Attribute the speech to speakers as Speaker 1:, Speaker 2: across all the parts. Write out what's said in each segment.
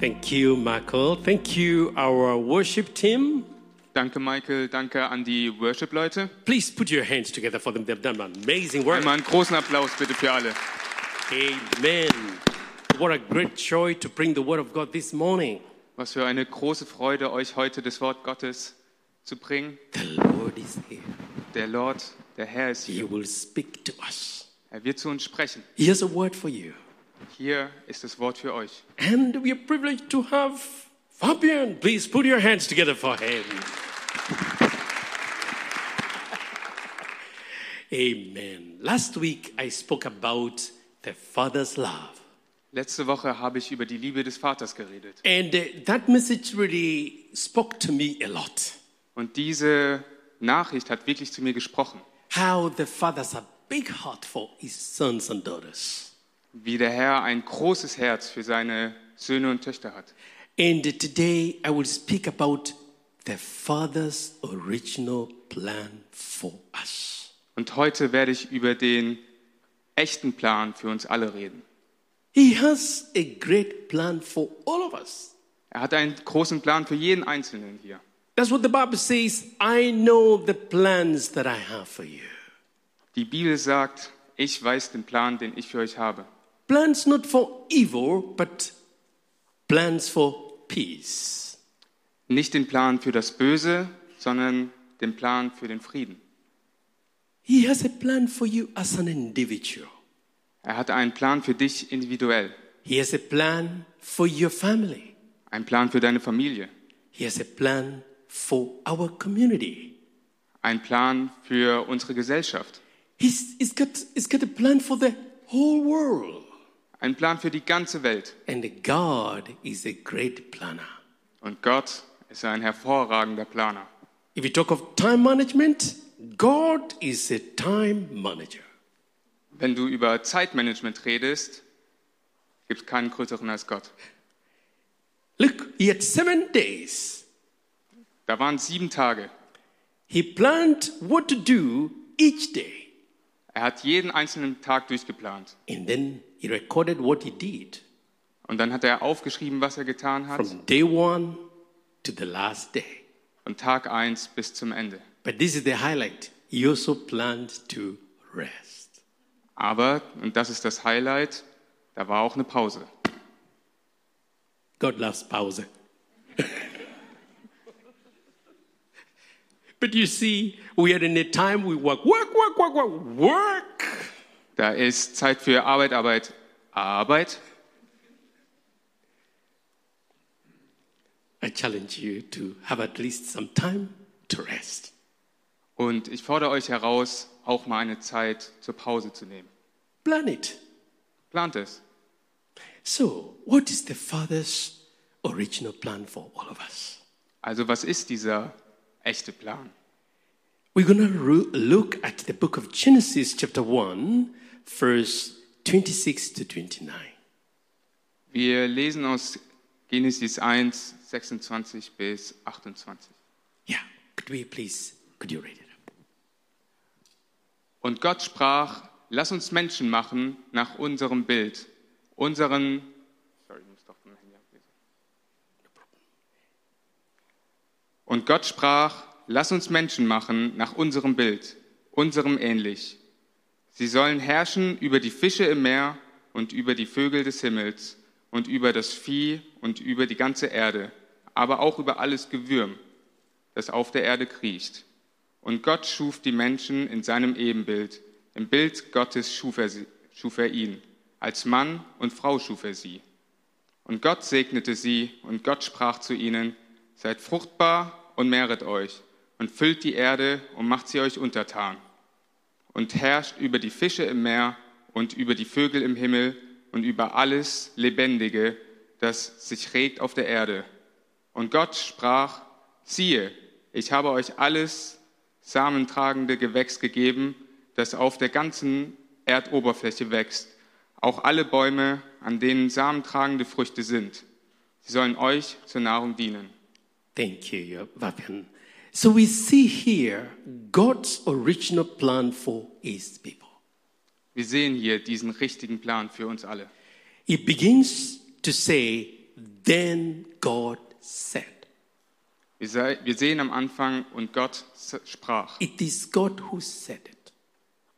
Speaker 1: Thank you, Michael. Thank you, our worship team.
Speaker 2: Danke, Michael. Danke an die Worship-Leute.
Speaker 1: Please put your hands together for them. They've done amazing work.
Speaker 2: Einmal einen großen Applaus bitte für alle.
Speaker 1: Amen. What a great joy to bring the word of God this morning.
Speaker 2: Was für eine große Freude, euch heute das Wort Gottes zu bringen.
Speaker 1: The Lord is here.
Speaker 2: Der Lord, der Herr ist
Speaker 1: He
Speaker 2: hier.
Speaker 1: will speak to us.
Speaker 2: Er wird zu uns sprechen.
Speaker 1: Here's a word for you.
Speaker 2: Hier ist das Wort für euch.
Speaker 1: And we are privileged to have Fabian. Please put your hands together for him. Amen. Last week I spoke about the Father's love.
Speaker 2: Letzte Woche habe ich über die Liebe des Vaters geredet.
Speaker 1: And uh, that message really spoke to me a lot.
Speaker 2: Und diese Nachricht hat wirklich zu mir gesprochen.
Speaker 1: How the Father has a big heart for his sons and daughters.
Speaker 2: Wie der Herr ein großes Herz für seine Söhne und Töchter hat.
Speaker 1: And today I will speak about the Father's original plan for us.
Speaker 2: Und heute werde ich über den echten Plan für uns alle reden.
Speaker 1: He has a great plan for all of us.
Speaker 2: Er hat einen großen Plan für jeden Einzelnen hier.
Speaker 1: That's what the Bible says. I know the plans that I have for you.
Speaker 2: Die Bibel sagt, ich weiß den Plan, den ich für euch habe.
Speaker 1: Plans not for evil, but plans for peace.
Speaker 2: Nicht den Plan für das Böse, sondern den Plan für den Frieden.
Speaker 1: He has a plan for you as an individual.
Speaker 2: Er hat einen Plan für dich individuell,
Speaker 1: He has a plan for your family.
Speaker 2: einen Plan für deine Familie,
Speaker 1: He has a plan for our community.
Speaker 2: einen Plan für unsere Gesellschaft,
Speaker 1: He's, he's, got, he's got a plan for the whole world.
Speaker 2: einen Plan für die ganze Welt.
Speaker 1: And God is a great planner.
Speaker 2: Und Gott ist ein hervorragender Planer.
Speaker 1: If you talk of time management, God is a time manager.
Speaker 2: Wenn du über Zeitmanagement redest, gibt es keinen größeren als Gott.
Speaker 1: Look, he had seven days.
Speaker 2: Da waren sieben Tage.
Speaker 1: He planned what to do each day,
Speaker 2: Er hat jeden einzelnen Tag durchgeplant.
Speaker 1: and then he recorded what he did
Speaker 2: Und dann hat er aufgeschrieben, was er getan hat,
Speaker 1: from day one to the last day.
Speaker 2: von Tag 1 bis zum Ende.
Speaker 1: But this is the highlight. He also planned to rest.
Speaker 2: Aber, und das ist das Highlight, da war auch eine Pause.
Speaker 1: God loves pausa. but you see, we are in a time we work, work, work, work, work, work.
Speaker 2: Da ist Zeit für Arbeit, Arbeit, Arbeit.
Speaker 1: I challenge you to have at least some time to rest.
Speaker 2: Und ich fordere euch heraus, auch mal eine Zeit zur Pause zu nehmen.
Speaker 1: Plan it.
Speaker 2: Plant es.
Speaker 1: So, what is the Father's original plan for all of us?
Speaker 2: Also was ist dieser echte Plan?
Speaker 1: We're going to look at the book of Genesis, chapter 1, verse 26 to 29.
Speaker 2: Wir lesen aus Genesis 1, 26 bis 28.
Speaker 1: Yeah, could we please, could you read it?
Speaker 2: Und Gott sprach, lass uns Menschen machen nach unserem Bild, unseren... Sorry, ich muss doch mein Handy ablesen. Und Gott sprach, lass uns Menschen machen nach unserem Bild, unserem ähnlich. Sie sollen herrschen über die Fische im Meer und über die Vögel des Himmels und über das Vieh und über die ganze Erde, aber auch über alles Gewürm, das auf der Erde kriecht. Und Gott schuf die Menschen in seinem Ebenbild. Im Bild Gottes schuf er, sie, schuf er ihn. Als Mann und Frau schuf er sie. Und Gott segnete sie, und Gott sprach zu ihnen, Seid fruchtbar und mehret euch, und füllt die Erde und macht sie euch untertan. Und herrscht über die Fische im Meer und über die Vögel im Himmel und über alles Lebendige, das sich regt auf der Erde. Und Gott sprach, siehe, ich habe euch alles samentragende Gewächs gegeben, das auf der ganzen Erdoberfläche wächst, auch alle Bäume, an denen samentragende Früchte sind. Sie sollen euch zur Nahrung dienen.
Speaker 1: Thank you, Vapian. So we see here God's original plan for his people.
Speaker 2: Wir sehen hier diesen richtigen Plan für uns alle.
Speaker 1: He begins to say, Then God said.
Speaker 2: Wir sei- wir sehen am Anfang, und Gott s- sprach.
Speaker 1: It is God who said it.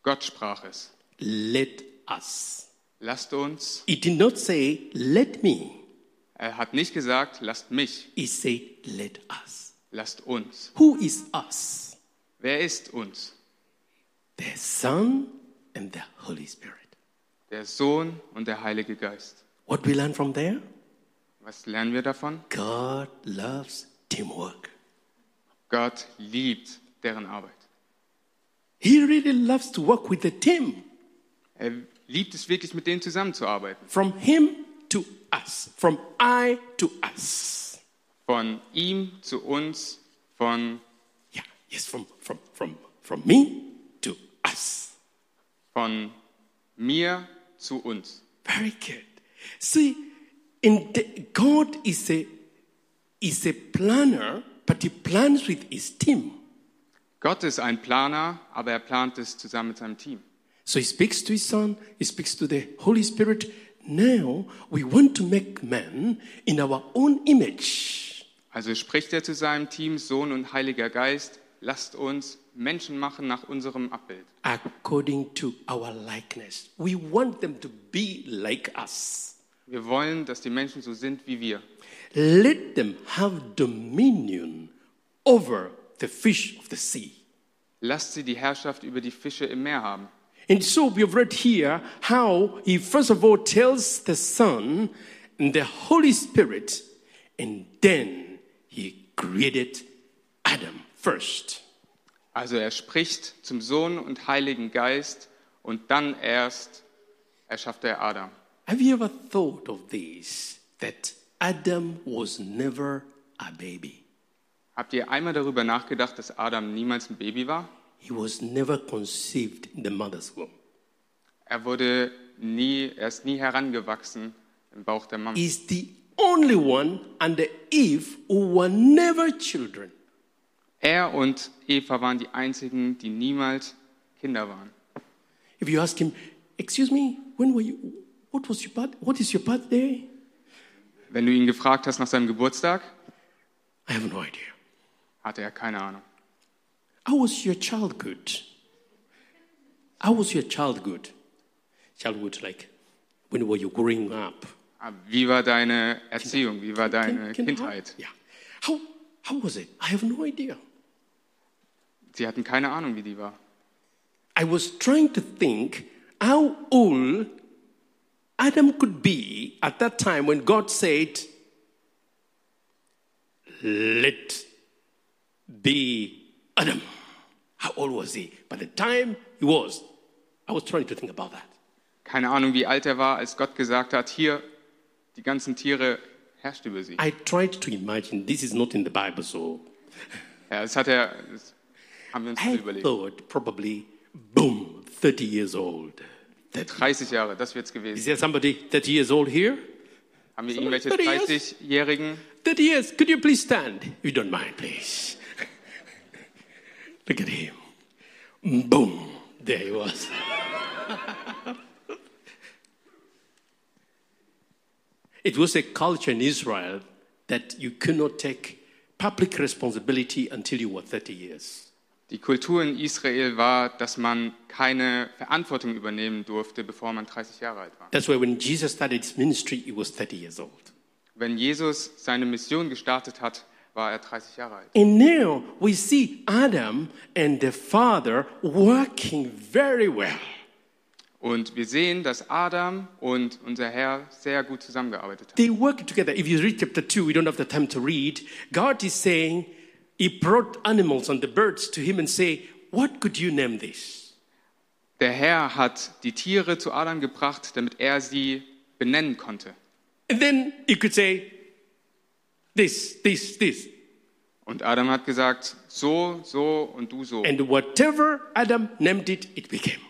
Speaker 2: Gott sprach es.
Speaker 1: Let us.
Speaker 2: Lasst uns.
Speaker 1: He did not say, let me.
Speaker 2: Er hat nicht gesagt, lasst mich,
Speaker 1: He said, let us.
Speaker 2: lasst uns.
Speaker 1: Who is us?
Speaker 2: Wer ist uns?
Speaker 1: The Son and the Holy Spirit.
Speaker 2: Der Sohn und der Heilige Geist.
Speaker 1: What we learn from there?
Speaker 2: Was lernen wir davon?
Speaker 1: God loves teamwork.
Speaker 2: Gott liebt deren Arbeit.
Speaker 1: He really loves to work with the team.
Speaker 2: Er liebt es wirklich, mit denen zusammenzuarbeiten.
Speaker 1: From him to us. From I to us.
Speaker 2: Von ihm zu uns, von,
Speaker 1: Yeah. Yes, from from from from me to us.
Speaker 2: von mir zu uns.
Speaker 1: Very good. See, in the, God is a is a planner, but he plans with his team.
Speaker 2: Gott ist ein Planer, aber er plant es zusammen mit seinem Team.
Speaker 1: So he speaks to his son, he speaks to the Holy Spirit. Now we want to make man in our own image.
Speaker 2: Also spricht er zu seinem Team, Sohn und Heiliger Geist, lasst uns Menschen machen nach unserem Abbild,
Speaker 1: According to our likeness. We want them to be like us.
Speaker 2: Wir wollen, dass die Menschen so sind wie wir.
Speaker 1: Let them have dominion over the fish of the sea.
Speaker 2: Lasst sie die Herrschaft über die Fische im Meer haben.
Speaker 1: And so we have read here how he first of all tells the Son and the Holy Spirit, and then he created Adam first.
Speaker 2: Also er spricht zum Sohn und Heiligen Geist und dann erst erschafft er Adam.
Speaker 1: Have you ever thought of this? That Adam was never a baby,
Speaker 2: Habt ihr einmal darüber nachgedacht, dass Adam niemals ein Baby war?
Speaker 1: he was never conceived in the mother's womb.
Speaker 2: Er wurde nie, er ist nie herangewachsen im Bauch der Mama.
Speaker 1: He's the only one under Eve who were never children.
Speaker 2: Er und Eva waren die einzigen, die niemals Kinder waren.
Speaker 1: If you ask him, excuse me, when were you, what was your birth, what is your birthday?
Speaker 2: Wenn du ihn gefragt hast nach seinem Geburtstag,
Speaker 1: I have no idea.
Speaker 2: hatte er keine Ahnung.
Speaker 1: How was your childhood? How was your childhood? Childhood, like when were you growing up?
Speaker 2: Ah, Wie war deine Erziehung? Wie war deine
Speaker 1: Can- can-
Speaker 2: Kindheit?
Speaker 1: yeah. How, how was it? I have no idea.
Speaker 2: Sie hatten keine Ahnung, wie die war.
Speaker 1: I was trying to think how old Adam could be at that time when God said, Let be Adam. How old was he? By the time he was, I was trying to think about that.
Speaker 2: Keine Ahnung, wie alt er war, als Gott gesagt hat, hier, die ganzen Tiere herrscht über sie.
Speaker 1: I tried to imagine, this is not in the Bible, so
Speaker 2: Ja, das hat er, das haben wir uns
Speaker 1: I
Speaker 2: überlegt.
Speaker 1: thought probably, boom, 30 years old. 30.
Speaker 2: 30 Jahre, das wird's
Speaker 1: Is
Speaker 2: gewesen.
Speaker 1: there somebody 30 years old here?
Speaker 2: Haben wir irgendwelche
Speaker 1: Somebody else?
Speaker 2: 30-Jährigen?
Speaker 1: 30 years. Could you please stand? If you don't mind, please. Look at him. Boom. There he was. it was a culture in Israel that you could not take public responsibility until you were 30 years.
Speaker 2: Die Kultur in Israel war, dass man keine Verantwortung übernehmen durfte, bevor man 30 Jahre alt war.
Speaker 1: That's why when Jesus started his ministry, he was 30 years old.
Speaker 2: Wenn Jesus seine Mission gestartet hat, war er 30 Jahre alt.
Speaker 1: And now we see Adam and the Father working very well.
Speaker 2: Und wir sehen, dass Adam und unser Herr sehr gut zusammengearbeitet haben.
Speaker 1: They work together. If you read chapter 2, we don't have the time to read. God is saying, He brought animals and the birds to Him and say, What could you name this?
Speaker 2: Der Herr hat die Tiere zu Adam gebracht, damit er sie benennen konnte.
Speaker 1: And then you could say, This, this, this.
Speaker 2: Und Adam hat gesagt, so, so und du so.
Speaker 1: And whatever Adam named it, it became.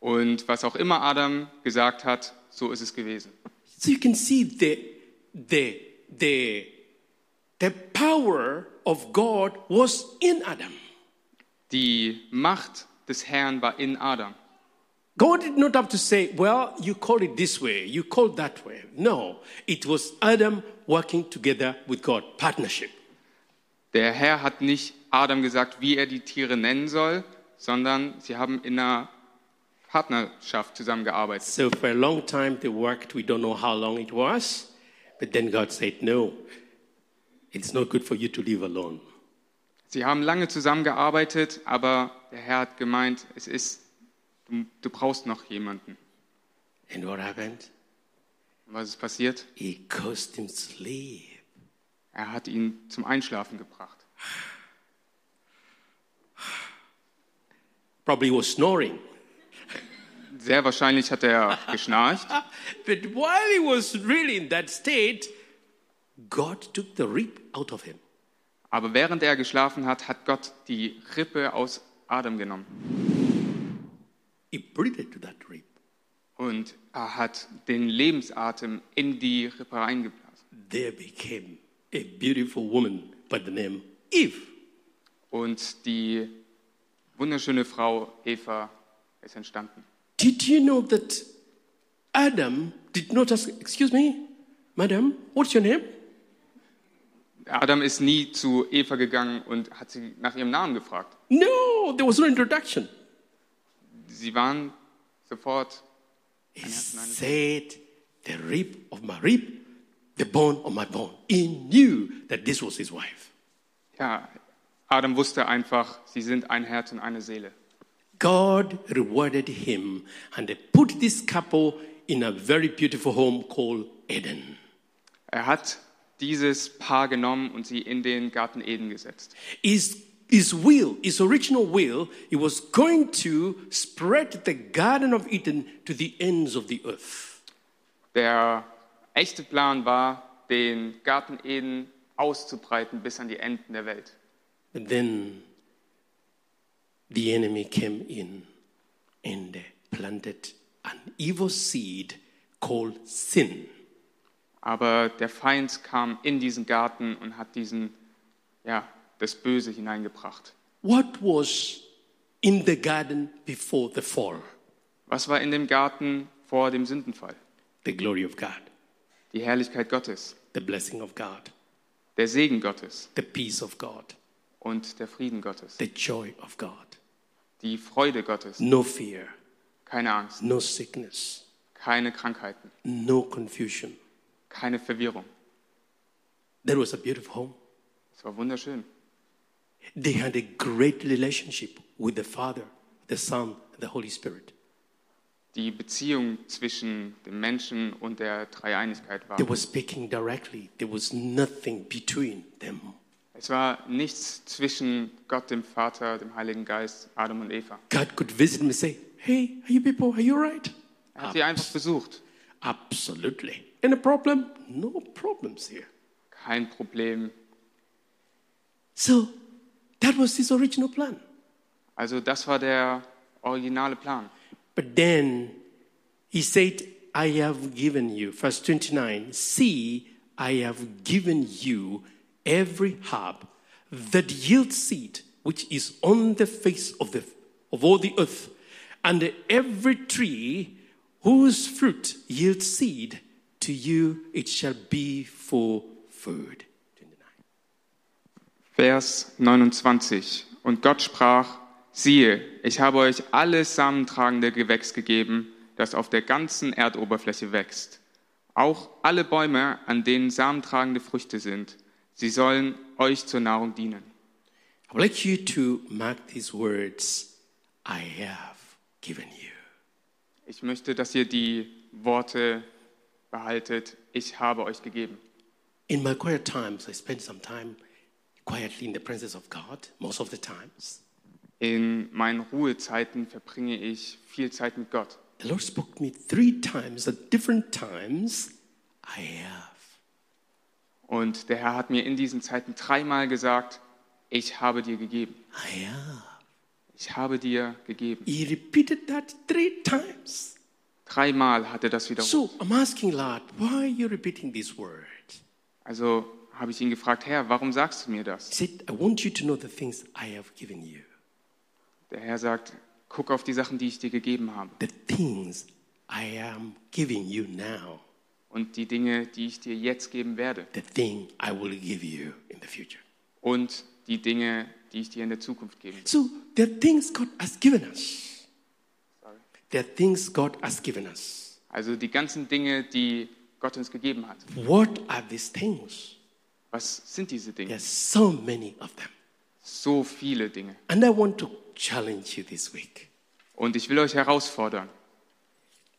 Speaker 2: Und was auch immer Adam gesagt hat, so ist es gewesen.
Speaker 1: So you can see the, the, the, the power of God was in Adam.
Speaker 2: Die Macht des Herrn war in Adam.
Speaker 1: God did not have to say, well, you call it this way, you call it that way. No, it was Adam working together with God, partnership.
Speaker 2: Der Herr hat nicht Adam gesagt, wie er die Tiere nennen soll, sondern sie haben in einer Partnerschaft zusammengearbeitet.
Speaker 1: So for a long time they worked. We don't know how long it was. But then God said, No, it's not good for you to live alone.
Speaker 2: Sie haben lange zusammengearbeitet, aber der Herr hat gemeint, es ist, du, du brauchst noch jemanden.
Speaker 1: And what happened?
Speaker 2: Und was ist passiert?
Speaker 1: He caused him sleep.
Speaker 2: Er hat ihn zum Einschlafen gebracht.
Speaker 1: Probably he was snoring.
Speaker 2: Sehr wahrscheinlich hat er geschnarcht.
Speaker 1: Ah, But while he was really in that state, God took the rib out of him.
Speaker 2: Aber während er geschlafen hat, hat Gott die Rippe aus Adam genommen
Speaker 1: He breathed to that rib.
Speaker 2: und er hat den Lebensatem in die Rippe reingeblasen.
Speaker 1: There became a beautiful woman by the name Eve.
Speaker 2: Und die wunderschöne Frau Eva ist entstanden.
Speaker 1: Did you know that Adam did not ask, Excuse me, madam, what's your name?
Speaker 2: Adam ist nie zu Eva gegangen und hat sie nach ihrem Namen gefragt.
Speaker 1: No, there was no introduction.
Speaker 2: Sie waren sofort,
Speaker 1: He said, The rib of my rib, the bone of my bone. He knew that this was his wife.
Speaker 2: ja, Adam wusste einfach, sie sind ein Herz und eine Seele.
Speaker 1: God rewarded him and they put this couple in a very beautiful home called Eden.
Speaker 2: Er hat dieses Paar genommen und sie in den Garten Eden gesetzt.
Speaker 1: His, his will, his original will, he was going to spread the Garden of Eden to the ends of the earth.
Speaker 2: Der echte Plan war, den Garten Eden auszubreiten bis an die Enden der Welt.
Speaker 1: But then the enemy came in and planted an evil seed called sin.
Speaker 2: Aber der Feind kam in diesen Garten und hat diesen, ja, das Böse hineingebracht.
Speaker 1: What was in the garden before the fall?
Speaker 2: Was war in dem Garten vor dem Sündenfall?
Speaker 1: The glory of God,
Speaker 2: Die Herrlichkeit Gottes,
Speaker 1: the blessing of God,
Speaker 2: der Segen Gottes
Speaker 1: the peace of God,
Speaker 2: und der Frieden Gottes,
Speaker 1: the joy of God.
Speaker 2: die Freude Gottes,
Speaker 1: No fear,
Speaker 2: keine Angst,
Speaker 1: no sickness,
Speaker 2: keine Krankheiten,
Speaker 1: no confusion.
Speaker 2: keine Verwirrung.
Speaker 1: There was a beautiful home.
Speaker 2: Es war wunderschön.
Speaker 1: They had a great relationship with the Father, the Son, and the Holy Spirit.
Speaker 2: Die Beziehung zwischen dem Menschen und der Dreieinigkeit war.
Speaker 1: They were speaking directly. There was nothing between them.
Speaker 2: Es war nichts zwischen Gott, dem Vater, dem Heiligen Geist, Adam und Eva.
Speaker 1: God could visit them and say, Hey, are you people, are you all right?
Speaker 2: Er hat sie einfach besucht.
Speaker 1: Absolutely. Any problem? No problems here.
Speaker 2: Kein Problem.
Speaker 1: So that was his original plan.
Speaker 2: Also das war der originale Plan.
Speaker 1: But then he said, I have given you, verse 29, see, I have given you every herb that yields seed, which is on the face of, the, of all the earth, and every tree whose fruit yields seed, to you it shall be for food. 29.
Speaker 2: Vers 29. Und Gott sprach, siehe, ich habe euch alles samentragende Gewächs gegeben, das auf der ganzen Erdoberfläche wächst. Auch alle Bäume, an denen samentragende Früchte sind, sie sollen euch zur Nahrung dienen.
Speaker 1: I would like you to mark these words I have given you.
Speaker 2: Ich möchte, dass ihr die Worte behaltet, ich habe euch gegeben.
Speaker 1: In my quiet times, I spend some time quietly in the presence of God, most of the times.
Speaker 2: In meinen Ruhezeiten verbringe ich viel Zeit mit Gott.
Speaker 1: The Lord spoke to me three times at different times. I have.
Speaker 2: Und der Herr hat mir in diesen Zeiten dreimal gesagt, ich habe dir gegeben.
Speaker 1: I have.
Speaker 2: Ich habe dir gegeben.
Speaker 1: He repeated that three times.
Speaker 2: Dreimal hat er das wiederholt.
Speaker 1: So I'm asking Lord, why are you repeating this word?
Speaker 2: Also habe ich ihn gefragt, Herr, warum sagst du mir
Speaker 1: He
Speaker 2: das?
Speaker 1: said, I want you to know the things I have given you.
Speaker 2: Der Herr sagt, Guck auf die Sachen, die ich dir gegeben habe
Speaker 1: the things I am giving you now,
Speaker 2: und die Dinge, die ich dir jetzt geben werde
Speaker 1: the thing I will give you in the future.
Speaker 2: und die Dinge, die ich dir in der Zukunft geben werde.
Speaker 1: So there are things God has given us. There are things God has given us.
Speaker 2: Also die ganzen Dinge, die Gott uns gegeben hat.
Speaker 1: What are these things?
Speaker 2: Was sind diese Dinge?
Speaker 1: There are so many of them.
Speaker 2: So viele Dinge.
Speaker 1: And I want to challenge you this week
Speaker 2: Und ich will euch herausfordern,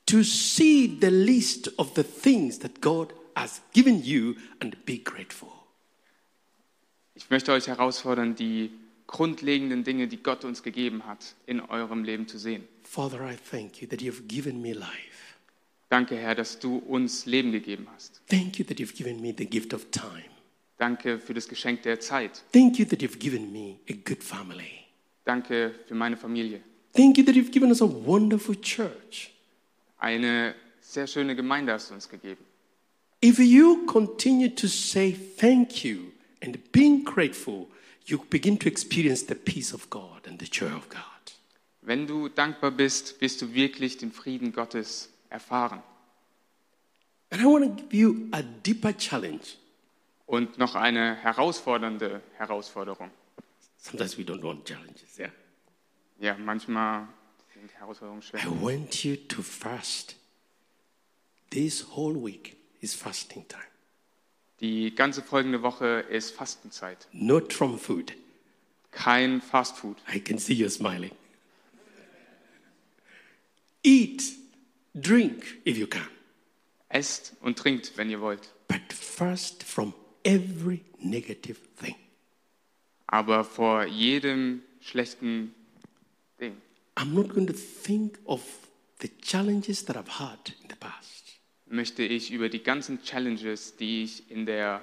Speaker 1: to see the list of the things that God has given you and be grateful.
Speaker 2: Ich möchte euch herausfordern, die grundlegenden Dinge, die Gott uns gegeben hat, in eurem Leben zu sehen.
Speaker 1: Father, I thank you that you've given me life.
Speaker 2: Danke, Herr, dass du uns Leben gegeben hast.
Speaker 1: Thank you that you've given me the gift of time.
Speaker 2: Danke für das Geschenk der Zeit.
Speaker 1: Thank you that you've given me a good family.
Speaker 2: Danke für meine Familie.
Speaker 1: Thank you that you've given us a wonderful church.
Speaker 2: Eine sehr schöne Gemeinde hast du uns gegeben.
Speaker 1: If you continue to say thank you and being grateful, you begin to experience the peace of God and the joy of God.
Speaker 2: Wenn du dankbar bist, wirst du wirklich den Frieden Gottes erfahren.
Speaker 1: And I want to give you a deeper challenge.
Speaker 2: Und noch eine herausfordernde Herausforderung.
Speaker 1: Sometimes we don't want challenges, yeah?
Speaker 2: Ja, manchmal sind Herausforderungen schwer.
Speaker 1: I want you to fast. This whole week is fasting time.
Speaker 2: Die ganze folgende Woche ist Fastenzeit.
Speaker 1: Not from food.
Speaker 2: Kein Fastfood.
Speaker 1: I can see you smiling. Eat, drink if you can,
Speaker 2: Esst und trinkt, wenn ihr wollt,
Speaker 1: but fast from every negative thing.
Speaker 2: aber vor jedem schlechten Ding.
Speaker 1: I'm not going to think of the challenges that I've had in the past.
Speaker 2: Möchte ich über die ganzen Challenges, die ich in der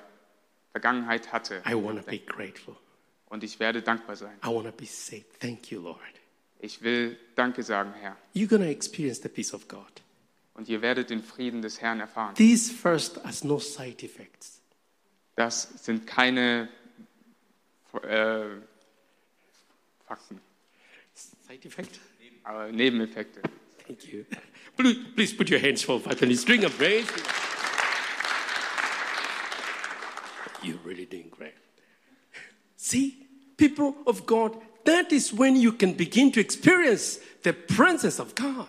Speaker 2: Vergangenheit hatte,
Speaker 1: I want to be grateful.
Speaker 2: und ich werde dankbar sein.
Speaker 1: I want to be said, thank you, Lord.
Speaker 2: Ich will Danke sagen, Herr,
Speaker 1: You're going to experience the peace of God.
Speaker 2: und ihr werdet den Frieden des Herrn erfahren.
Speaker 1: This first has no side effects.
Speaker 2: Das sind keine äh, Fakten,
Speaker 1: Side effect?
Speaker 2: aber Nebeneffekte.
Speaker 1: Thank you. Please, please put your hands for five minutes. String of praise. You're really doing great. See, people of God, that is when you can begin to experience the presence of God.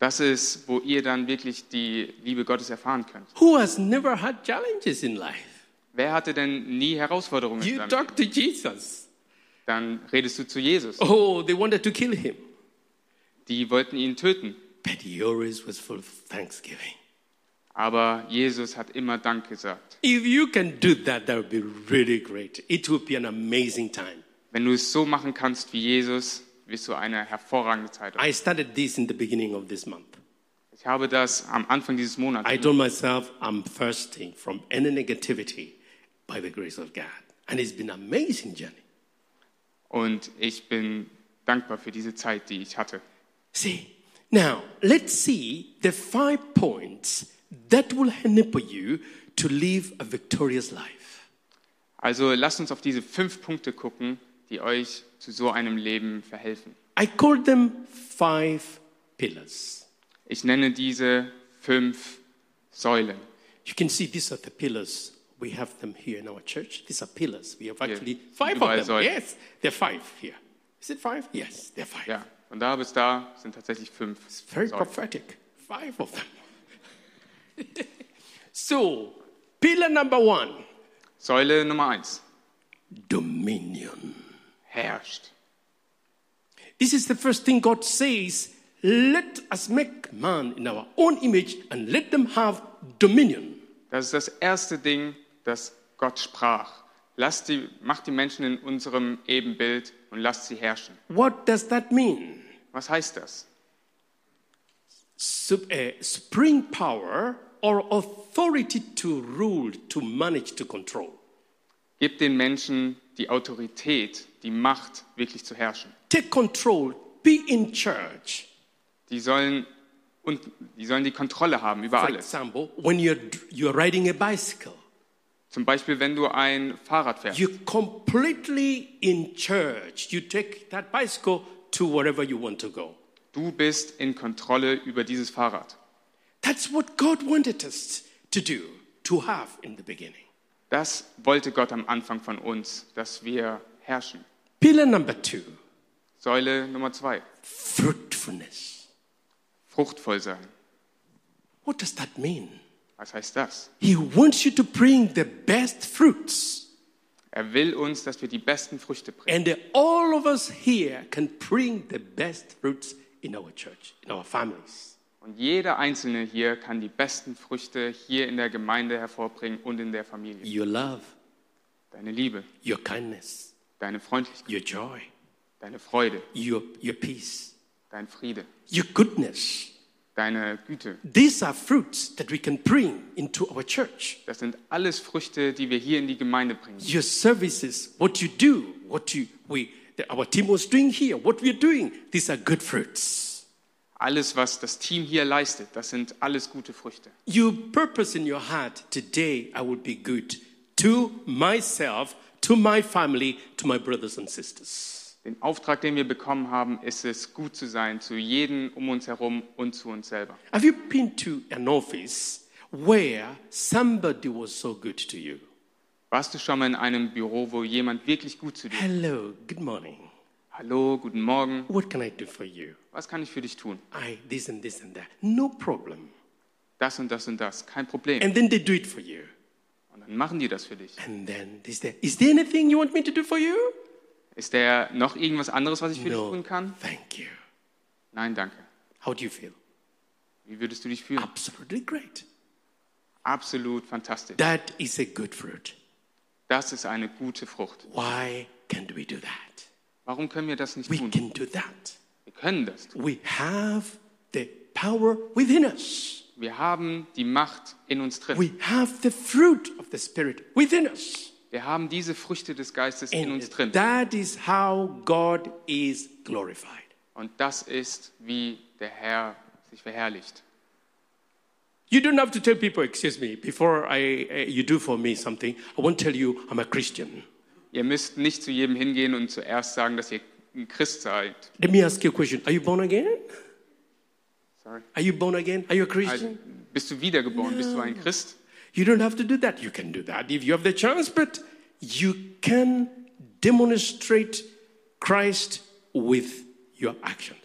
Speaker 2: Das ist, wo ihr dann wirklich die Liebe Gottes erfahren könnt.
Speaker 1: Who has never had challenges in life?
Speaker 2: Wer hatte denn nie Herausforderungen? in
Speaker 1: You
Speaker 2: seinem
Speaker 1: talk to Jesus.
Speaker 2: dann redest du zu Jesus.
Speaker 1: Oh, they wanted to kill him.
Speaker 2: Die wollten ihn töten,
Speaker 1: But he always was full of thanksgiving.
Speaker 2: aber Jesus hat immer Dank gesagt.
Speaker 1: If you can do that, that would be really great. It will be an amazing time.
Speaker 2: Wenn du es so machen kannst wie Jesus, wirst du eine hervorragende Zeit haben.
Speaker 1: I started this in the beginning of this month.
Speaker 2: Ich habe das am Anfang dieses Monats.
Speaker 1: I told myself I'm thirsting from any negativity by the grace of God. And it's been an amazing journey.
Speaker 2: Und ich bin dankbar für diese Zeit, die ich hatte.
Speaker 1: See, now let's see the five points that will enable you to live a victorious life.
Speaker 2: Also lasst uns auf diese fünf Punkte gucken, die euch zu so einem Leben verhelfen.
Speaker 1: I call them five pillars.
Speaker 2: Ich nenne diese fünf Säulen.
Speaker 1: You can see these are the pillars. We have them here in our church. These are pillars. We have actually five
Speaker 2: Überall
Speaker 1: of them.
Speaker 2: Säulen.
Speaker 1: Yes, there are five here. Is it five? Yes, there are five.
Speaker 2: Ja, von da bis da sind tatsächlich fünf.
Speaker 1: It's very
Speaker 2: Säulen.
Speaker 1: prophetic. Five of them. so, pillar number one
Speaker 2: Säule Nummer eins.
Speaker 1: dominion.
Speaker 2: Herrscht.
Speaker 1: This is the first thing God says let us make man in our own image and let them have dominion.
Speaker 2: Das ist das erste Ding, das Gott sprach. Lasst die, macht die Menschen in unserem Ebenbild und lasst sie herrschen.
Speaker 1: What does that mean?
Speaker 2: Was heißt das?
Speaker 1: Sup- eh, supreme power or authority to rule, to manage, to control.
Speaker 2: Gebt den Menschen die Autorität, die Macht, wirklich zu herrschen.
Speaker 1: Take control, be in charge.
Speaker 2: Die sollen, und die, sollen die Kontrolle haben über
Speaker 1: For
Speaker 2: alles.
Speaker 1: example, when you're, dr- you're riding a bicycle,
Speaker 2: Zum Beispiel, wenn du ein Fahrrad fährst.
Speaker 1: You're completely in charge. You take that bicycle to wherever you want to go.
Speaker 2: Du bist in Kontrolle über dieses Fahrrad.
Speaker 1: That's what God wanted us to do, to have in the beginning.
Speaker 2: Das wollte Gott am Anfang von uns, dass wir herrschen.
Speaker 1: Pillar number two
Speaker 2: Säule Nummer zwei,
Speaker 1: fruitfulness.
Speaker 2: fruchtvoll sein.
Speaker 1: What does that mean?
Speaker 2: Was heißt das?
Speaker 1: He wants you to bring the best fruits.
Speaker 2: Er will uns, dass wir die besten Früchte bringen.
Speaker 1: And that all of us here can bring the best fruits in our church, in our families.
Speaker 2: Und jeder Einzelne hier kann die besten Früchte hier in der Gemeinde hervorbringen und in der Familie.
Speaker 1: Your love,
Speaker 2: Deine Liebe,
Speaker 1: your kindness,
Speaker 2: deine Freundlichkeit,
Speaker 1: your joy,
Speaker 2: deine Freude,
Speaker 1: your, your peace,
Speaker 2: dein Friede,
Speaker 1: your goodness.
Speaker 2: deine Güte.
Speaker 1: These are fruits that we can bring into our church.
Speaker 2: Das sind alles Früchte, die wir hier in die Gemeinde bringen.
Speaker 1: Your services, what you do, what you, we, that our team was doing here, what we're doing, these are good fruits.
Speaker 2: Alles, was das Team hier leistet, das sind alles gute Früchte.
Speaker 1: You purpose in your heart today, I will be good to myself, to my family, to my brothers and sisters.
Speaker 2: Den Auftrag, den wir bekommen haben, ist es, gut zu sein zu jedem um uns herum und zu uns selber.
Speaker 1: Have you been to an office where somebody was so good to you?
Speaker 2: Warst du schon mal in einem Büro, wo jemand wirklich gut zu dir ist?
Speaker 1: Hello, good morning.
Speaker 2: Hallo, guten Morgen,
Speaker 1: What can I do for you?
Speaker 2: was kann ich für dich tun?
Speaker 1: I this and this and that. No problem.
Speaker 2: Das und das und das, kein Problem.
Speaker 1: And then they do it for you.
Speaker 2: Und dann machen die das für dich.
Speaker 1: And then they say, Is there anything you want me to do for you?
Speaker 2: Ist da noch irgendwas anderes, was ich für dich
Speaker 1: No.
Speaker 2: tun kann?
Speaker 1: Thank you.
Speaker 2: Nein, danke.
Speaker 1: How do you feel?
Speaker 2: Wie würdest du dich fühlen?
Speaker 1: Absolutely great.
Speaker 2: Absolut fantastisch.
Speaker 1: That is a good fruit.
Speaker 2: Das ist eine gute Frucht.
Speaker 1: Why can't we do that?
Speaker 2: Warum können wir das nicht
Speaker 1: We
Speaker 2: tun?
Speaker 1: can do that.
Speaker 2: Wir können das tun.
Speaker 1: We have the power within us.
Speaker 2: Wir haben die Macht in uns drin.
Speaker 1: We have the fruit of the Spirit within us.
Speaker 2: Wir haben diese Früchte des Geistes in
Speaker 1: And
Speaker 2: uns drin.
Speaker 1: that is how God is glorified.
Speaker 2: Und das ist, wie der Herr sich verherrlicht.
Speaker 1: You don't have to tell people, excuse me, before I, uh, you do for me something, I won't tell you I'm a Christian.
Speaker 2: Ihr müsst nicht zu jedem hingehen und zuerst sagen, dass ihr ein Christ seid.
Speaker 1: Let me ask you a question. Are you born again?
Speaker 2: Sorry.
Speaker 1: Are you born again? Are you a Christian?
Speaker 2: Also, bist du wiedergeboren? Bist du ein Christ?
Speaker 1: You don't have to do that. You can do that if you have the chance, but you can demonstrate Christ with your actions.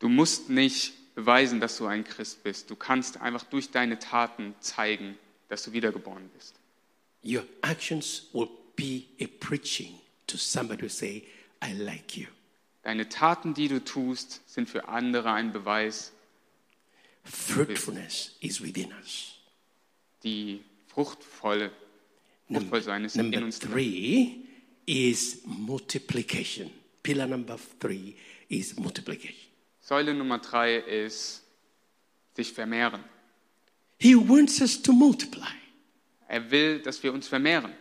Speaker 2: Du musst nicht beweisen, dass du ein Christ bist. Du kannst einfach durch deine Taten zeigen, dass du wiedergeboren bist.
Speaker 1: Your actions will be a preaching to somebody who say, I like you.
Speaker 2: Deine Taten, die du tust, sind für andere ein Beweis.
Speaker 1: Fruitfulness is within us.
Speaker 2: Die fruchtvolle, fruchtvoll sein ist in
Speaker 1: Number
Speaker 2: uns drin.
Speaker 1: three is multiplication. Pillar number three is multiplication.
Speaker 2: Säule Nummer drei ist sich vermehren.
Speaker 1: He wants us to multiply.
Speaker 2: Er will, dass wir uns vermehren.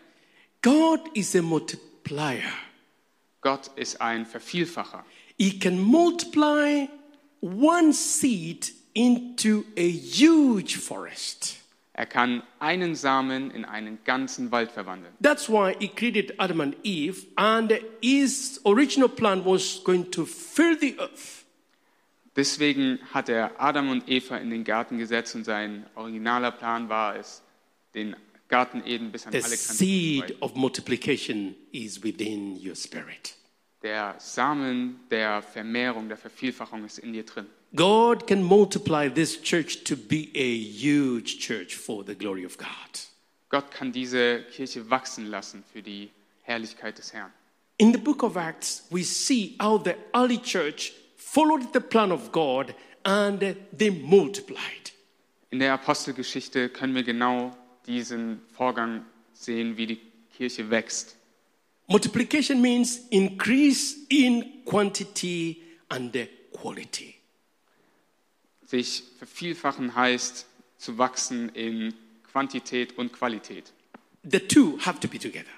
Speaker 1: God is a multiplier.
Speaker 2: Gott ist ein Vervielfacher.
Speaker 1: He can multiply one seed into a huge forest.
Speaker 2: Er kann einen Samen in einen ganzen Wald verwandeln.
Speaker 1: That's why he created Adam and Eve, and his original plan was going to fill the earth.
Speaker 2: Deswegen hat er Adam und Eva in den Garten gesetzt und sein originaler Plan war es, den Garten Eden bis an
Speaker 1: The
Speaker 2: alle Grenzen zu
Speaker 1: seed
Speaker 2: breiten.
Speaker 1: of multiplication is within your spirit.
Speaker 2: Der Samen der Vermehrung, der Vervielfachung ist in dir drin.
Speaker 1: God can multiply this church to be a huge church for the glory of God.
Speaker 2: Gott kann diese Kirche wachsen lassen für die Herrlichkeit des Herrn.
Speaker 1: In the book of Acts, we see how the early church followed the plan of God and they multiplied.
Speaker 2: In der Apostelgeschichte können wir genau diesen Vorgang sehen, wie die Kirche wächst.
Speaker 1: Multiplication means increase in quantity and the quality.
Speaker 2: Sich vervielfachen heißt zu wachsen in Quantität und Qualität.
Speaker 1: The two have to be together.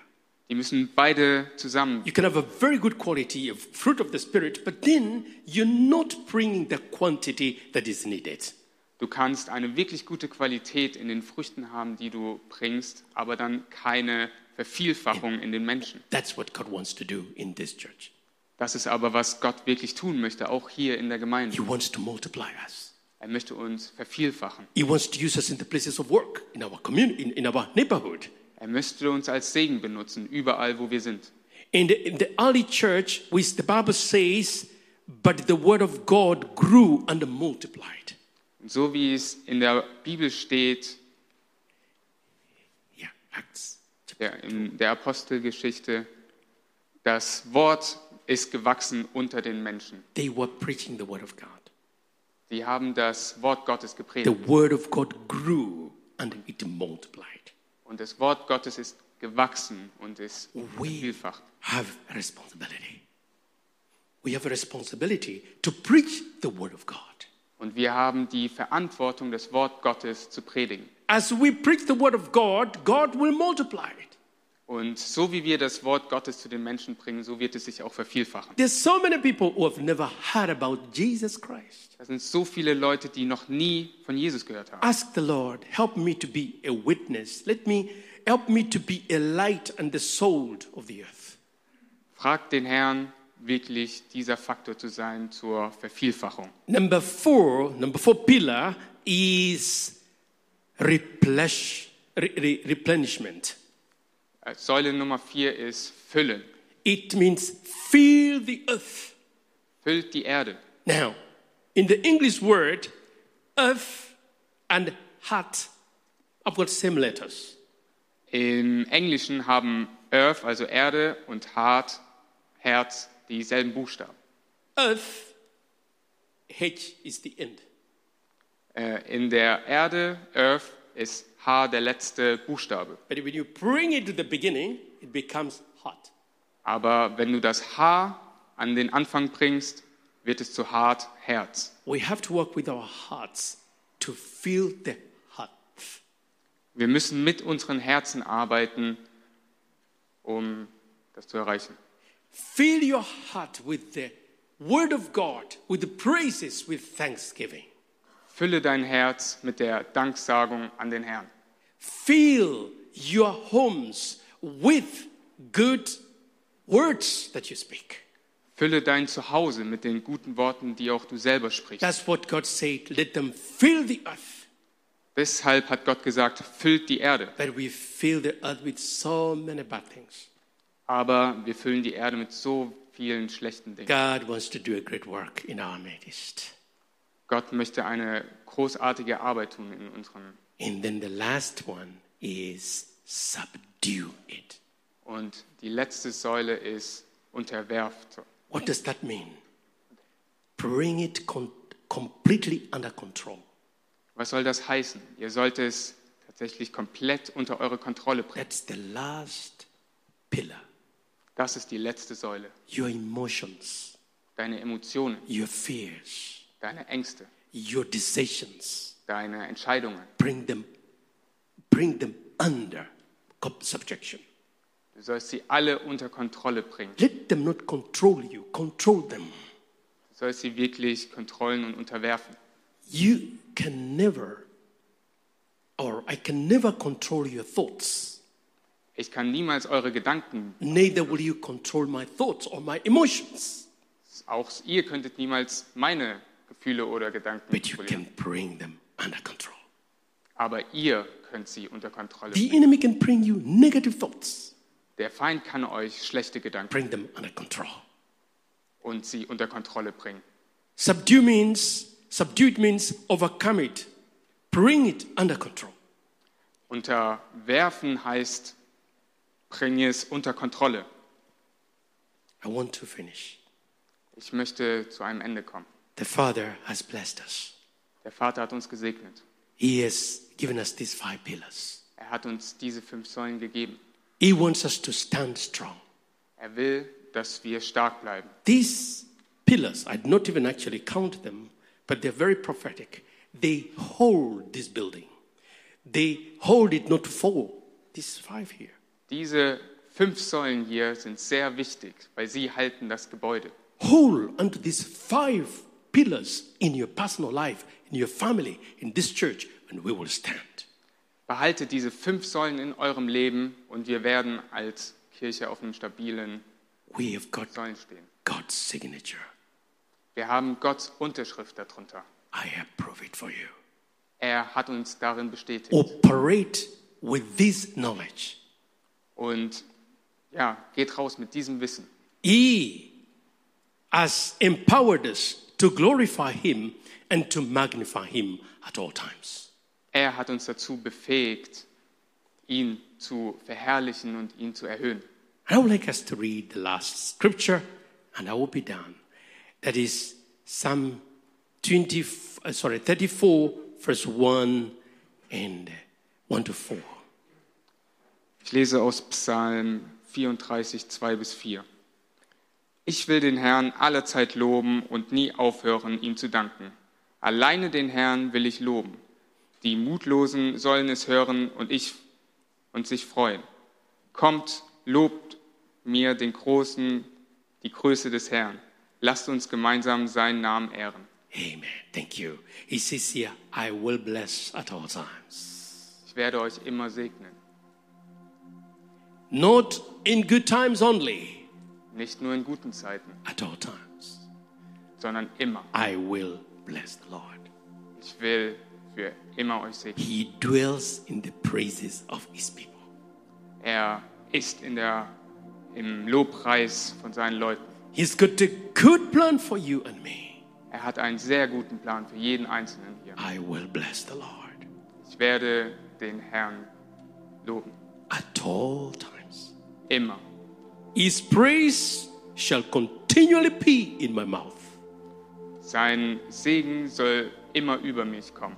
Speaker 2: Die müssen beide zusammen
Speaker 1: You can have a very good quality of fruit of the Spirit, but then you're not bringing the quantity that is needed.
Speaker 2: Du kannst eine wirklich gute Qualität in den Früchten haben, die du bringst, aber dann keine Vervielfachung in den Menschen.
Speaker 1: That's what God wants to do in this church.
Speaker 2: Das ist aber, was Gott wirklich tun möchte, auch hier in der Gemeinde.
Speaker 1: He wants to multiply us.
Speaker 2: Er möchte uns vervielfachen.
Speaker 1: He wants to use us in the places of work, in our community, in, in our neighborhood.
Speaker 2: Er möchte uns als Segen benutzen, überall, wo wir sind.
Speaker 1: In the, in the early church, which the Bible says, but the word of God grew and multiplied.
Speaker 2: Und so wie es in der Bibel steht,
Speaker 1: Yeah, Acts.
Speaker 2: ja, in der Apostelgeschichte, das Wort ist gewachsen unter den Menschen.
Speaker 1: They were preaching the word of God.
Speaker 2: Sie haben das Wort Gottes
Speaker 1: The
Speaker 2: gepredigt
Speaker 1: word of God grew and it multiplied.
Speaker 2: und das Wort Gottes ist gewachsen und ist
Speaker 1: We
Speaker 2: vervielfacht.
Speaker 1: have a responsibility. We have a responsibility to preach the word of God.
Speaker 2: Und wir haben die Verantwortung, das Wort Gottes zu predigen.
Speaker 1: As we preach the word of God, God will multiply it.
Speaker 2: Und so wie wir das Wort Gottes zu den Menschen bringen, so wird es sich auch vervielfachen.
Speaker 1: There's so many people who have never heard about Jesus Christ.
Speaker 2: Da sind so viele Leute, die noch nie von Jesus gehört haben.
Speaker 1: Ask the Lord, help me to be a witness. Let me help me to be a light and the salt of the earth.
Speaker 2: Fragt den Herrn wirklich dieser Faktor zu sein zur Vervielfachung.
Speaker 1: Number four, number four pillar is replenish, re- re- replenishment.
Speaker 2: Äh, Säule Nummer vier ist Füllen.
Speaker 1: It means fill the earth.
Speaker 2: Füllt die Erde.
Speaker 1: Now, in the English word, earth and heart have got same letters.
Speaker 2: Im Englischen haben Earth, also Erde, und Heart, Herz, dieselben Buchstaben.
Speaker 1: Earth, H is the end.
Speaker 2: Äh, In der Erde, Earth, ist H der letzte Buchstabe.
Speaker 1: But when you bring it to the beginning, it becomes heart.
Speaker 2: Aber wenn du das H an den Anfang bringst, wird es zu Hart, Herz.
Speaker 1: We have to work with our hearts to fill the heart.
Speaker 2: Wir müssen mit unseren Herzen arbeiten, um das zu erreichen.
Speaker 1: Fill your heart with the word of God, with the praises, with thanksgiving.
Speaker 2: Fülle dein Herz mit der Danksagung an den Herrn.
Speaker 1: Fill your homes with good words that you speak.
Speaker 2: Fülle dein Zuhause mit den guten Worten, die auch du selber sprichst.
Speaker 1: That's what God said. Let them fill the earth.
Speaker 2: Deshalb hat Gott gesagt, füllt die Erde.
Speaker 1: But we fill the earth with so many bad things.
Speaker 2: Aber wir füllen die Erde mit so vielen schlechten Dingen.
Speaker 1: God wants to do a great work in our midst.
Speaker 2: Gott möchte eine großartige Arbeit tun in unserem.
Speaker 1: And then the last one is subdue it.
Speaker 2: Und die letzte Säule ist unterwerft.
Speaker 1: What does that mean? Bring it con- completely under control.
Speaker 2: Was soll das heißen? Ihr sollt es tatsächlich komplett unter eure Kontrolle bringen.
Speaker 1: That's the last pillar.
Speaker 2: Das ist die letzte Säule.
Speaker 1: Your emotions,
Speaker 2: Deine Emotionen,
Speaker 1: your fears,
Speaker 2: deine Ängste,
Speaker 1: your decisions,
Speaker 2: deine Entscheidungen.
Speaker 1: bring them, bring them under co- subjection.
Speaker 2: Du sollst sie alle unter Kontrolle bringen.
Speaker 1: Let them not control you, control them.
Speaker 2: Du sollst sie wirklich kontrollen und unterwerfen.
Speaker 1: You can never, or I can never control your thoughts.
Speaker 2: Ich kann niemals eure Gedanken,
Speaker 1: Neither will you control my thoughts or my emotions,
Speaker 2: auch ihr könntet niemals meine Gefühle oder Gedanken
Speaker 1: but you
Speaker 2: kontrollieren.
Speaker 1: can bring them under control.
Speaker 2: Aber ihr könnt sie unter Kontrolle bringen.
Speaker 1: The enemy can bring you negative thoughts,
Speaker 2: Der Feind kann euch schlechte Gedanken
Speaker 1: bring them under control.
Speaker 2: und sie unter Kontrolle bringen.
Speaker 1: Subdue means, subdued means overcome it, bring it under control.
Speaker 2: Unterwerfen heißt, bring es unter Kontrolle.
Speaker 1: I want to finish.
Speaker 2: Ich möchte zu einem Ende kommen.
Speaker 1: The Father has blessed us.
Speaker 2: Der Vater hat uns gesegnet.
Speaker 1: He has given us these five pillars.
Speaker 2: Er hat uns diese fünf Säulen gegeben.
Speaker 1: He wants us to stand strong.
Speaker 2: Er will, dass wir stark bleiben.
Speaker 1: These pillars, I did not even actually count them, but they're very prophetic. They hold this building, they hold it not to fall. These five here.
Speaker 2: Diese fünf Säulen hier sind sehr wichtig, weil sie halten das Gebäude.
Speaker 1: Hold unto these five pillars in your personal life, in your family, in this church, and we will stand.
Speaker 2: Behaltet diese fünf Säulen in eurem Leben und wir werden als Kirche auf einem stabilen
Speaker 1: We have got
Speaker 2: Säulen stehen.
Speaker 1: God's signature.
Speaker 2: Wir haben Gotts Unterschrift darunter.
Speaker 1: I approve it for you.
Speaker 2: Er hat uns darin bestätigt.
Speaker 1: Operate with this knowledge.
Speaker 2: Und ja, geht raus mit diesem Wissen.
Speaker 1: He has empowered us to glorify Him and to magnify Him at all times.
Speaker 2: Er hat uns dazu befähigt, ihn zu verherrlichen und ihn zu erhöhen.
Speaker 1: I would like us to read the last scripture and I will be done. That is Psalm 20, f- uh, sorry, 34, verse 1 and 1 to 4.
Speaker 2: Ich lese aus Psalm 34, 2 bis 4. Ich will den Herrn allerzeit loben und nie aufhören, ihm zu danken. Alleine den Herrn will ich loben. Die Mutlosen sollen es hören und, ich, und sich freuen. Kommt, lobt mir den Großen, die Größe des Herrn. Lasst uns gemeinsam seinen Namen ehren.
Speaker 1: Amen. Thank you. He says here, I will bless at all times.
Speaker 2: Ich werde euch immer segnen.
Speaker 1: Not in good times only,
Speaker 2: Nicht nur in guten Zeiten,
Speaker 1: at all times.
Speaker 2: sondern immer.
Speaker 1: I will bless the Lord.
Speaker 2: Ich will für immer euch segnen.
Speaker 1: He dwells in the praises of his people.
Speaker 2: Er ist in der, im Lobpreis von seinen Leuten.
Speaker 1: He's got a good plan for you and me.
Speaker 2: Er hat einen sehr guten Plan für jeden Einzelnen hier.
Speaker 1: I will bless the Lord
Speaker 2: Ich werde den Herrn loben.
Speaker 1: at all times.
Speaker 2: Immer.
Speaker 1: His praise shall continually be in my mouth.
Speaker 2: Sein Segen soll immer über mich kommen.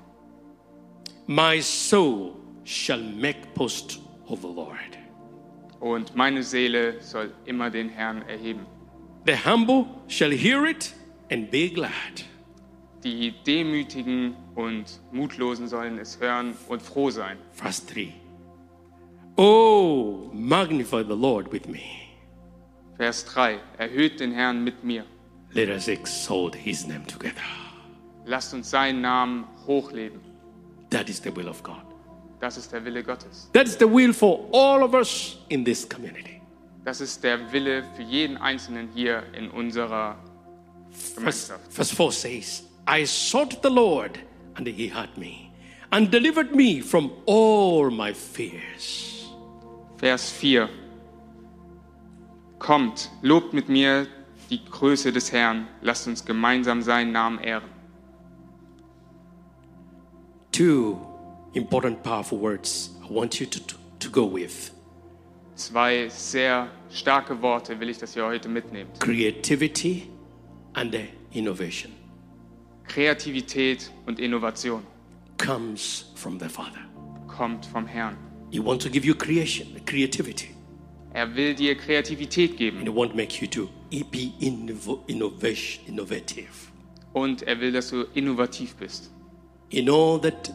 Speaker 1: My soul shall make boast of the Lord.
Speaker 2: Und meine Seele soll immer den Herrn erheben.
Speaker 1: The humble shall hear it and be glad.
Speaker 2: Die Demütigen und Mutlosen sollen es hören und froh sein.
Speaker 1: Verse 3. Oh, magnify the Lord with me.
Speaker 2: Vers 3. Erhöht den Herrn mit mir.
Speaker 1: Let us exalt his name together.
Speaker 2: Lasst uns seinen Namen hochleben.
Speaker 1: That is the will of God.
Speaker 2: Das ist der Wille Gottes.
Speaker 1: That's the will for all of us in this community.
Speaker 2: Das ist der Wille für jeden Einzelnen hier in unserer
Speaker 1: Verse,
Speaker 2: Gemeinschaft.
Speaker 1: verse 4 says, I sought the Lord, and he heard me, and delivered me from all my fears.
Speaker 2: Vers 4. Kommt, lobt mit mir die Größe des Herrn. Lasst uns gemeinsam seinen Namen ehren.
Speaker 1: Two important, powerful words I want you to, to, to go with
Speaker 2: Zwei sehr starke Worte will ich, dass ihr heute mitnehmt.
Speaker 1: creativity and uh, innovation
Speaker 2: Kreativität und Innovation
Speaker 1: comes from the Father.
Speaker 2: kommt vom Herrn.
Speaker 1: He wants to give you creation, creativity,
Speaker 2: Er will dir Kreativität
Speaker 1: and
Speaker 2: geben
Speaker 1: he wants to make you to be innovo- innovation, innovative.
Speaker 2: und er will, dass du innovativ bist.
Speaker 1: In all that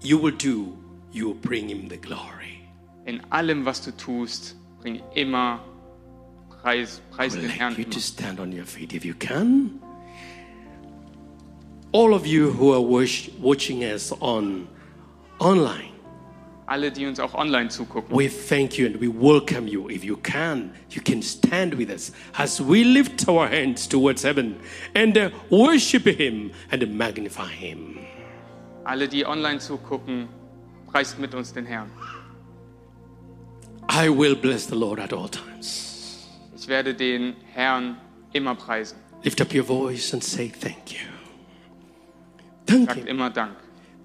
Speaker 1: you will do, you will bring him the glory.
Speaker 2: In allem, was du tust, bring immer Preis,
Speaker 1: I
Speaker 2: Preis
Speaker 1: would
Speaker 2: den Herrn.
Speaker 1: like you
Speaker 2: Immer.
Speaker 1: to stand on your feet if you can. All of you who are wash- watching us on online,
Speaker 2: alle, die uns auch online zugucken.
Speaker 1: we thank you and we welcome you. If you can, you can stand with us as we lift our hands towards heaven and uh, worship Him and magnify Him.
Speaker 2: Alle, die online zugucken, preist mit uns den Herrn.
Speaker 1: I will bless the Lord at all times.
Speaker 2: Ich werde den Herrn immer preisen.
Speaker 1: Lift up your voice and say thank you. Thank
Speaker 2: Sagt
Speaker 1: Him.
Speaker 2: immer Dank.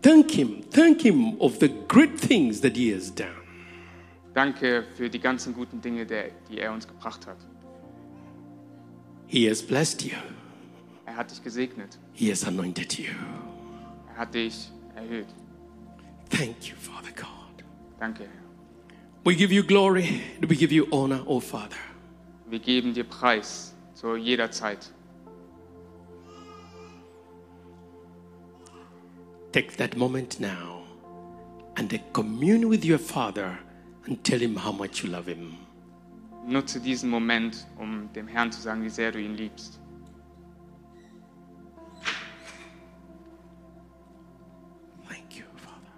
Speaker 1: Thank Him. Thank Him of the great things that He has done.
Speaker 2: Danke für die ganzen guten Dinge, der, die er uns gebracht hat.
Speaker 1: He has blessed you.
Speaker 2: Er hat dich gesegnet.
Speaker 1: He has anointed you.
Speaker 2: Er hat dich erhöht.
Speaker 1: Thank you, Father God.
Speaker 2: Danke, Herr.
Speaker 1: We give you glory and we give you honor, O Father.
Speaker 2: Wir geben dir Preis zu jeder Zeit.
Speaker 1: Take that moment now and commune with your Father and tell him how much you love him.
Speaker 2: Nutze diesen Moment, um dem Herrn zu sagen, wie sehr du ihn liebst.
Speaker 1: Thank you, Father.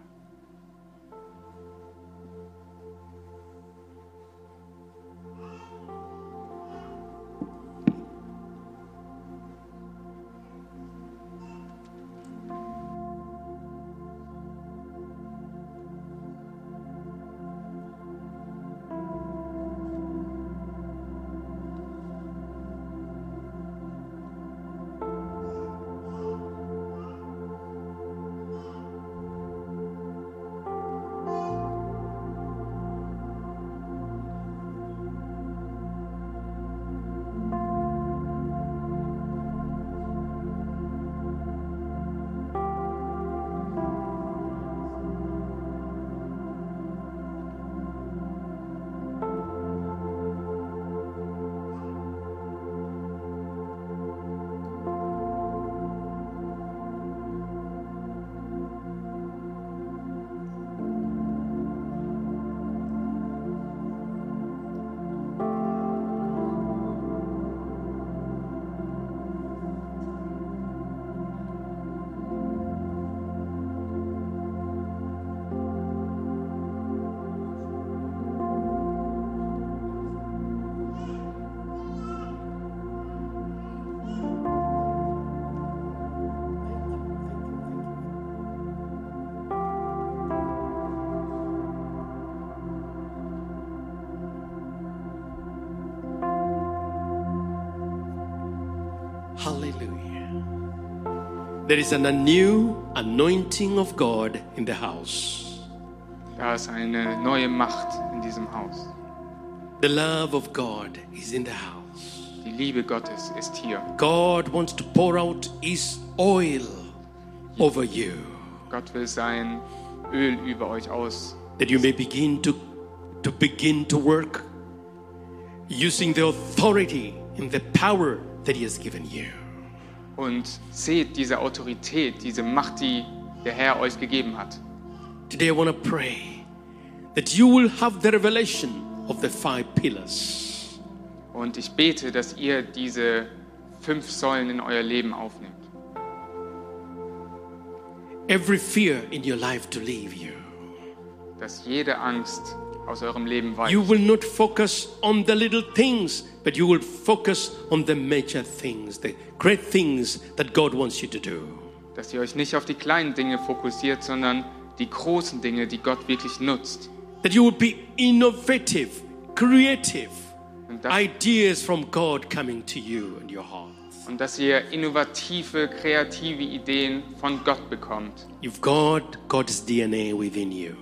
Speaker 1: There is an, a new anointing of God in the house.
Speaker 2: Da ist eine neue Macht in diesem Haus.
Speaker 1: The love of God is in the house.
Speaker 2: Die Liebe Gottes ist hier.
Speaker 1: God wants to pour out His oil over you
Speaker 2: Gott will sein Öl über euch aus,
Speaker 1: that you may begin to, to begin to work using the authority and the power that He has given you.
Speaker 2: Und seht diese Autorität, diese Macht, die der Herr euch gegeben hat.
Speaker 1: Today I want to pray that you will have the revelation of the five pillars.
Speaker 2: Und ich bete, dass ihr diese fünf Säulen in euer Leben aufnehmt.
Speaker 1: Every fear in your life to leave you.
Speaker 2: Dass jede Angst aus eurem Leben
Speaker 1: You
Speaker 2: weicht.
Speaker 1: will not focus on the little things, but you will focus on the major things, the great things that God wants you to do.
Speaker 2: Dass ihr euch nicht auf die kleinen Dinge fokussiert, sondern die großen Dinge, die Gott wirklich nutzt.
Speaker 1: That you will be innovative, creative,
Speaker 2: Und dass,
Speaker 1: ideas from God coming to you and your heart.
Speaker 2: und dass ihr innovative, kreative Ideen von Gott bekommt.
Speaker 1: You've got God's DNA within you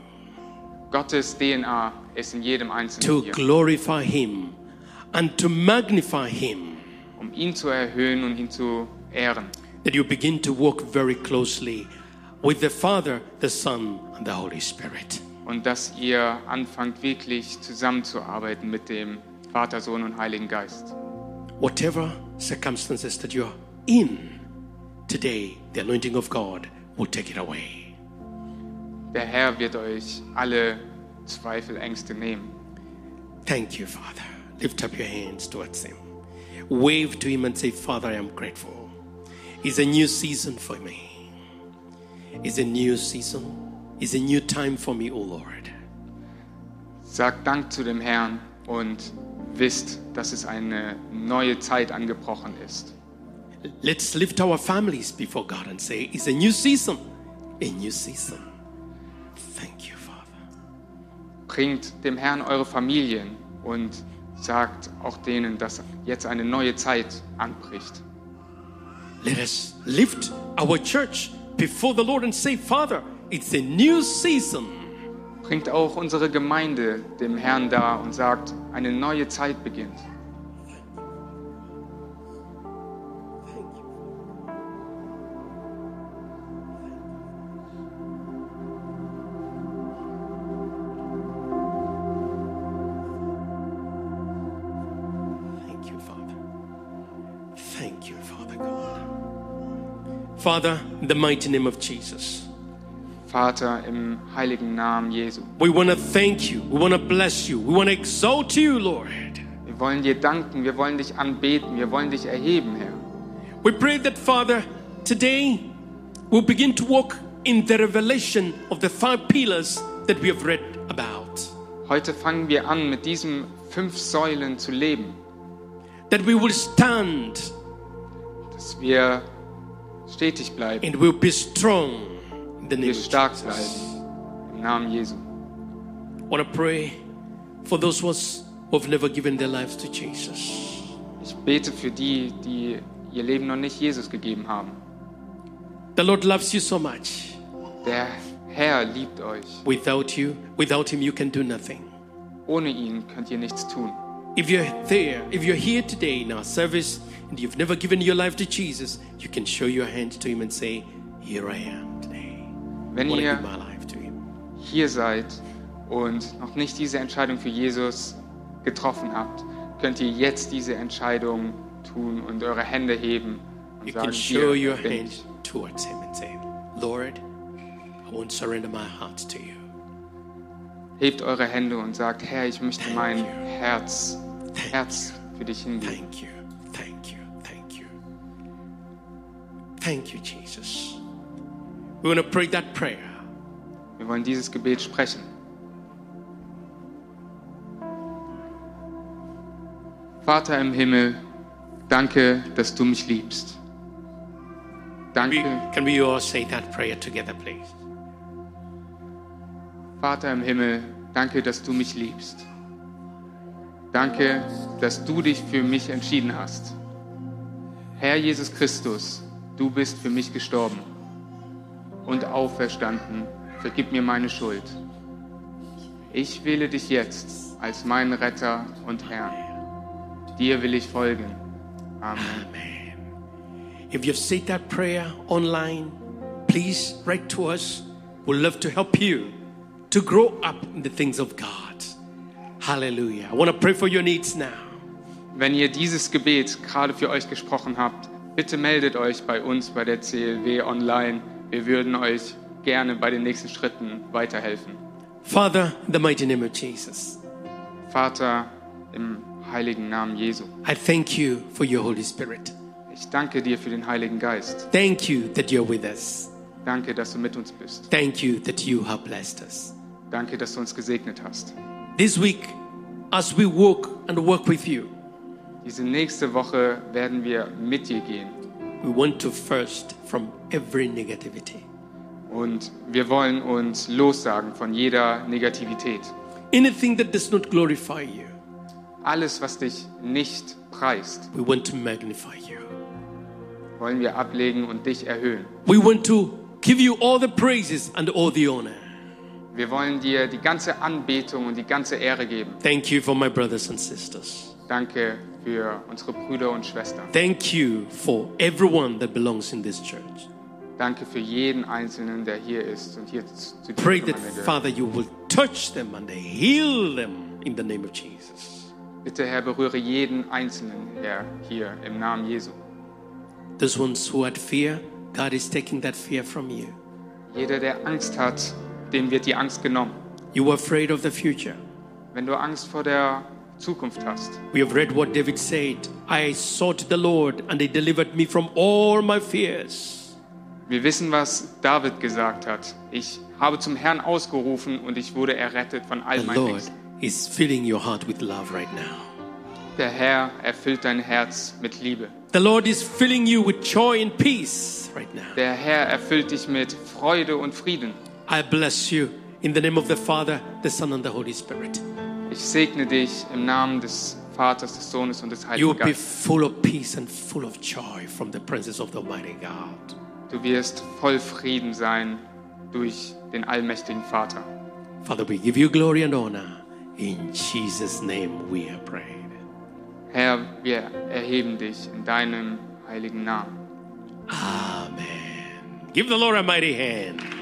Speaker 2: Gottes DNA ist in jedem Einzelnen
Speaker 1: to
Speaker 2: hier,
Speaker 1: glorify Him and to magnify Him.
Speaker 2: um ihn zu erhöhen und ihn zu ehren.
Speaker 1: That you begin to walk very closely with the Father, the Son, and the Holy Spirit.
Speaker 2: und dass ihr anfangt wirklich zusammenzuarbeiten mit dem Vater, Sohn und Heiligen Geist.
Speaker 1: whatever circumstances that you're in today, the anointing of God will take it away.
Speaker 2: Der Herr wird euch alle Zweifel, Ängste nehmen.
Speaker 1: Thank you, Father. Lift up your hands towards Him. Wave to Him and say, Father, I am grateful. It's a new season for me. It's a new season. It's a new time for me, O Lord.
Speaker 2: Sagt Dank zu dem Herrn und wisst, dass es eine neue Zeit angebrochen ist.
Speaker 1: Let's lift our families before God and say, It's a new season. A new season. Thank you, Father.
Speaker 2: Bringt dem Herrn eure Familien und sagt auch denen, dass jetzt eine neue Zeit anbricht.
Speaker 1: Let us lift our church before the Lord and say, Father, it's a new season.
Speaker 2: Bringt auch unsere Gemeinde dem Herrn dar und sagt, eine neue Zeit beginnt.
Speaker 1: Thank you, Father. Thank you, Father God. Father, in the mighty name of Jesus,
Speaker 2: Vater, im heiligen Namen Jesu.
Speaker 1: we want to thank you. We want to bless you. We want to exalt you, Lord.
Speaker 2: Wir wollen dir danken, wir wollen dich anbeten, wir wollen dich erheben, Herr.
Speaker 1: We pray that, Father, today we'll begin to walk in the revelation of the five pillars that we have read about.
Speaker 2: Heute fangen wir an, mit diesen fünf Säulen zu leben,
Speaker 1: That we will stand
Speaker 2: dass wir stetig bleiben,
Speaker 1: and we'll be strong in the name
Speaker 2: wir
Speaker 1: of
Speaker 2: stark
Speaker 1: Jesus.
Speaker 2: bleiben. Im Namen Jesu.
Speaker 1: want to pray for those who has- who have never given their lives to Jesus.
Speaker 2: Ich bete für die, die ihr Leben noch nicht Jesus gegeben haben.
Speaker 1: The Lord loves you so much.
Speaker 2: Der Herr liebt euch.
Speaker 1: Without you, without Him, you can do nothing.
Speaker 2: Ohne ihn könnt ihr nichts tun.
Speaker 1: If you're there, if you're here today in our service and you've never given your life to Jesus, you can show your hands to Him and say, Here I am today. I
Speaker 2: Wenn
Speaker 1: want to
Speaker 2: ihr
Speaker 1: give my life to Him.
Speaker 2: hier seid und noch nicht diese Entscheidung für Jesus getroffen habt, könnt ihr jetzt diese Entscheidung tun und eure Hände heben und
Speaker 1: You
Speaker 2: sagen,
Speaker 1: can show
Speaker 2: hier
Speaker 1: your
Speaker 2: bin
Speaker 1: hand
Speaker 2: ich.
Speaker 1: towards Him and say, Lord, I won't surrender my heart to you.
Speaker 2: hebt eure Hände und sagt, Herr, ich möchte mein Herz, Herz für dich hingeben.
Speaker 1: Thank you. Thank you. Thank you. Thank you, Jesus. We want to pray that prayer.
Speaker 2: Wir wollen dieses Gebet sprechen. Vater im Himmel, danke, dass du mich liebst.
Speaker 1: We,
Speaker 2: Danke.
Speaker 1: can we all say that prayer together, please?
Speaker 2: Vater im Himmel, danke, dass du mich liebst. Danke, dass du dich für mich entschieden hast. Herr Jesus Christus, du bist für mich gestorben und auferstanden. Vergib mir meine Schuld. Ich wähle dich jetzt als meinen Retter und Herrn. Dir will ich folgen. Amen.
Speaker 1: If you've said that prayer online, please write to us. We'd love to help you to grow up in the things of God. Hallelujah. I want to pray for your needs now.
Speaker 2: Wenn ihr dieses Gebet gerade für euch gesprochen habt, bitte meldet euch bei uns bei der CLW online. Wir würden euch gerne bei den nächsten Schritten weiterhelfen.
Speaker 1: Father, in the mighty name of Jesus,
Speaker 2: Vater, im heiligen Namen Jesu,
Speaker 1: I thank you for your Holy Spirit.
Speaker 2: ich danke dir für den Heiligen Geist.
Speaker 1: Thank you that you're with us.
Speaker 2: Danke, dass du mit uns bist.
Speaker 1: Thank you that you have blessed us.
Speaker 2: Danke, dass du uns gesegnet hast.
Speaker 1: This week, as we walk and work with you,
Speaker 2: Diese nächste Woche werden wir mit dir gehen
Speaker 1: we want to first from every negativity.
Speaker 2: und wir wollen uns lossagen von jeder Negativität.
Speaker 1: Anything that does not glorify you,
Speaker 2: Alles, was dich nicht preist,
Speaker 1: we want to magnify you.
Speaker 2: wollen wir ablegen und dich erhöhen.
Speaker 1: We want to give you all the praises and all the honor.
Speaker 2: Wir wollen dir die ganze Anbetung und die ganze Ehre geben.
Speaker 1: Thank you for my brothers and sisters.
Speaker 2: Danke für unsere Brüder und Schwestern.
Speaker 1: Thank you for everyone that belongs in this church.
Speaker 2: Danke für jeden Einzelnen, der hier ist und hier zu zu
Speaker 1: Pray
Speaker 2: dieser
Speaker 1: that,
Speaker 2: Gemeinde gehört.
Speaker 1: Father, you will touch them and heal them in the name of Jesus.
Speaker 2: Bitte, Herr, berühre jeden Einzelnen, Herr, hier im Namen Jesu.
Speaker 1: Those ones who had fear, God is taking that fear from you.
Speaker 2: Jeder, der Angst hat, dem wird die Angst genommen.
Speaker 1: You were afraid of the future.
Speaker 2: Wenn du Angst vor der Zukunft hast,
Speaker 1: We have read what David said I sought the Lord, and he delivered me from all my fears.
Speaker 2: wir wissen, was David gesagt hat. Ich habe zum Herrn ausgerufen und ich wurde errettet von all
Speaker 1: The
Speaker 2: meinen
Speaker 1: Lord
Speaker 2: Ängsten.
Speaker 1: is filling your heart with love right now.
Speaker 2: Der Herr erfüllt dein Herz mit Liebe.
Speaker 1: The Lord is filling you with joy and peace right now.
Speaker 2: Der Herr erfüllt dich mit Freude und Frieden.
Speaker 1: I bless you in the name of the Father, the Son, and the Holy Spirit.
Speaker 2: Ich segne dich im Namen des Vaters, des Sohnes und des
Speaker 1: You will
Speaker 2: Heiligen
Speaker 1: be
Speaker 2: Geistes.
Speaker 1: full of peace and full of joy from the presence of the Almighty God.
Speaker 2: Du wirst voll Frieden sein durch den allmächtigen Vater.
Speaker 1: Father, we give you glory and honor. In Jesus' name we are prayed.
Speaker 2: Herr, wir erheben dich in deinem heiligen Namen.
Speaker 1: Amen. Give the Lord a mighty hand.